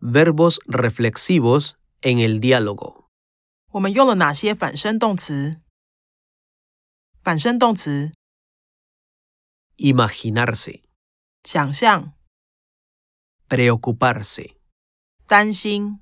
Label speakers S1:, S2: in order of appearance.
S1: verbos reflexivos en el diálogo.
S2: 我们用了哪些反身动词？反身动词：
S1: Imaginarse,
S2: 想象、
S1: preocuparse,
S2: 担心、